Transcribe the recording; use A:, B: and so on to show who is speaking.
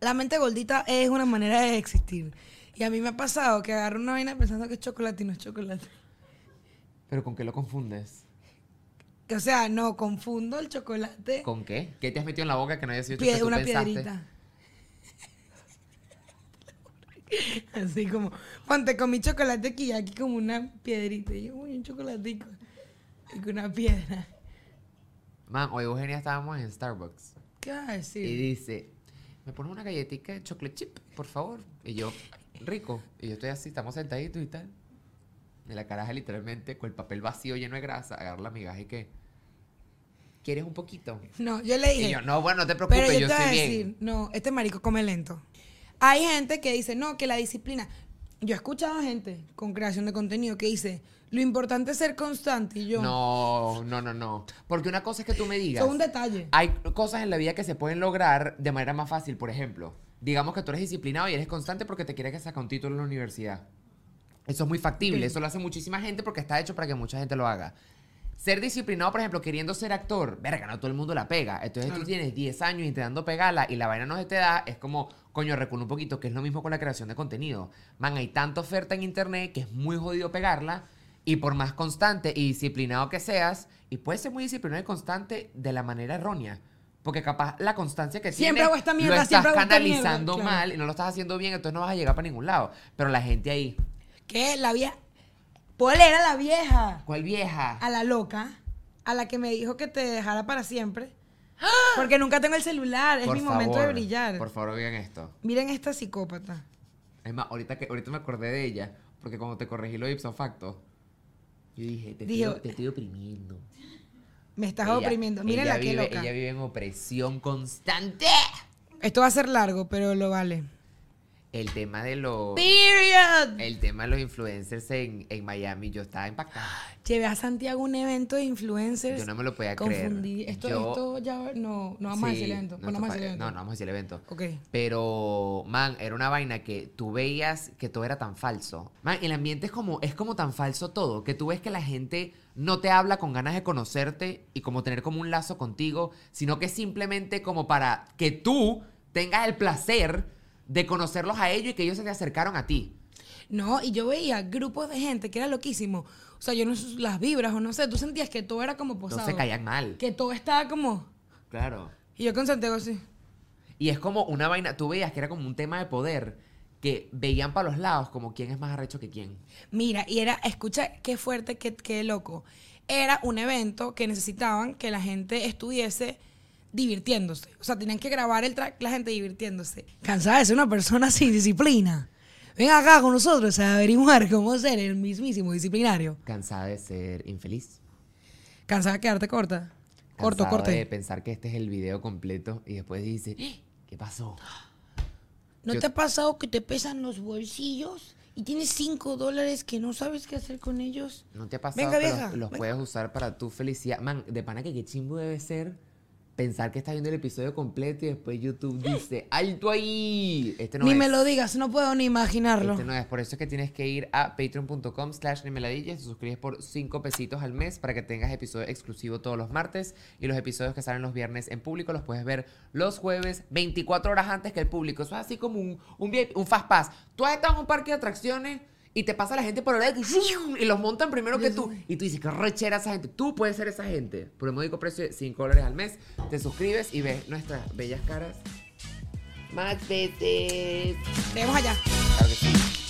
A: la mente gordita es una manera de existir. Y a mí me ha pasado que agarro una vaina pensando que es chocolate y no es chocolate.
B: ¿Pero con qué lo confundes?
A: O sea, no, confundo el chocolate
B: ¿Con qué? ¿Qué te has metido en la boca que no haya sido
A: pie-
B: que tú
A: una
B: pensaste?
A: piedrita. Así como, ponte, comí chocolate aquí y aquí como una piedrita. Y yo, uy, un chocolatico. Y con una piedra.
B: Man, hoy Eugenia estábamos en Starbucks
A: ¿Qué vas a
B: y
A: decir?
B: dice, ¿me pones una galletita de chocolate chip, por favor? Y yo, rico. Y yo estoy así, estamos sentaditos y tal. Y la caraja literalmente con el papel vacío lleno de grasa, agarra la migaja y que, ¿quieres un poquito?
A: No, yo le dije.
B: Y yo, no, bueno, no te preocupes,
A: Eh, Pero yo,
B: yo,
A: te voy
B: estoy
A: a
B: bien.
A: decir, no, este marico come lento. Hay gente que dice, no, que la disciplina. Yo he escuchado gente con creación de contenido que dice, lo importante es ser constante. Y yo,
B: No, no, no, no. Porque una cosa es que tú me digas.
A: son un detalle.
B: Hay cosas en la vida que se pueden lograr de manera más fácil. Por ejemplo, digamos que tú eres disciplinado y eres constante porque te quieres que saca un título en la universidad. Eso es muy factible. Eso lo hace muchísima gente porque está hecho para que mucha gente lo haga. Ser disciplinado, por ejemplo, queriendo ser actor, verga, no todo el mundo la pega. Entonces tú tienes 10 años intentando pegarla y la vaina no se te da, es como, coño, reculo un poquito, que es lo mismo con la creación de contenido. Man, hay tanta oferta en internet que es muy jodido pegarla y por más constante y disciplinado que seas, y puedes ser muy disciplinado y constante de la manera errónea. Porque capaz la constancia que
A: Siempre
B: tienes
A: hago esta mierda,
B: lo estás
A: siempre hago esta mierda,
B: canalizando
A: claro.
B: mal y no lo estás haciendo bien, entonces no vas a llegar para ningún lado. Pero la gente ahí,
A: Que la vieja, polera la vieja,
B: ¿cuál vieja?
A: a la loca, a la que me dijo que te dejara para siempre. Porque nunca tengo el celular, es
B: Por
A: mi momento de
B: favor,
A: brillar.
B: Por favor, vean esto.
A: Miren esta psicópata.
B: Es más, ahorita, que, ahorita me acordé de ella, porque cuando te corregí los ipso facto, yo dije, te,
A: Dijo-
B: estoy, te estoy oprimiendo.
A: Me estás
B: Ella-
A: oprimiendo. Miren
B: ella
A: la que
B: vive-
A: loca.
B: Ella vive en opresión constante.
A: Esto va a ser largo, pero lo vale.
B: El tema de los...
A: Period.
B: El tema de los influencers en, en Miami, yo estaba impactada.
A: Llevé a Santiago a un evento de influencers.
B: Yo no me lo podía
A: Confundí.
B: creer.
A: Esto,
B: Yo-
A: esto ya no, no vamos a
B: Sí,
A: decir el evento.
B: No,
A: Bueno, vamos a
B: esto
A: decir el evento.
B: pa- no, no vamos a decir el evento.
A: Ok.
B: Pero, man, era una vaina que tú veías que todo era tan falso. Man, el ambiente es como, es como tan falso todo, que tú ves que la gente no te habla con ganas de conocerte y como tener como un lazo contigo, sino que simplemente como para que tú tengas el placer de conocerlos a ellos y que ellos se te acercaron a ti.
A: No, y yo veía grupos de gente que era loquísimo. O sea, yo no sé, las vibras o no sé. Tú sentías que todo era como posado.
B: Entonces caían mal.
A: Que todo estaba como.
B: Claro.
A: Y yo con Santiago así.
B: Y es como una vaina, tú veías que era como un tema de poder, que veían para los lados como quién es más arrecho que quién.
A: Mira, y era, escucha qué fuerte, qué, qué loco. Era un evento que necesitaban que la gente estuviese divirtiéndose. O sea, tenían que grabar el track, la gente divirtiéndose. Cansada de ser una persona sin disciplina. Ven acá con nosotros a averiguar cómo ser el mismísimo disciplinario.
B: Cansada de ser infeliz.
A: Cansada de quedarte corta. Corto,
B: Cansado
A: corte.
B: de pensar que este es el video completo y después dice, "¡Ah! ¿qué pasó?
A: ¿No
B: yo-
A: te ha pasado que te pesan los bolsillos y tienes 5 dólares que no sabes qué hacer con ellos?
B: ¿No te ha pasado
A: Venga,
B: que los-
A: vieja,
B: los,
A: venga.
B: puedes usar para tu felicidad? Man, de pana que qué chimbo debe ser pensar que estás viendo el episodio completo y después YouTube dice, ¡alto ahí! Este no
A: ni
B: es.
A: me lo digas, no puedo ni imaginarlo.
B: Este no es, por eso es que tienes que ir a patreon.com slash nimeladilla y te suscribes por 5 pesitos al mes para que tengas episodio exclusivo todos los martes y los episodios que salen los viernes en público los puedes ver los jueves 24 horas antes que el público. Eso es así como un, un, VIP, un fast pass. Tú has estado en un parque de atracciones y te pasa la gente por el lado y los montan primero que tú y tú dices que rechera esa gente. Tú puedes ser esa gente. Por el módico precio de 5 dólares al mes, te suscribes y ves nuestras bellas caras más veces.
A: Te vemos allá.
B: Claro que sí.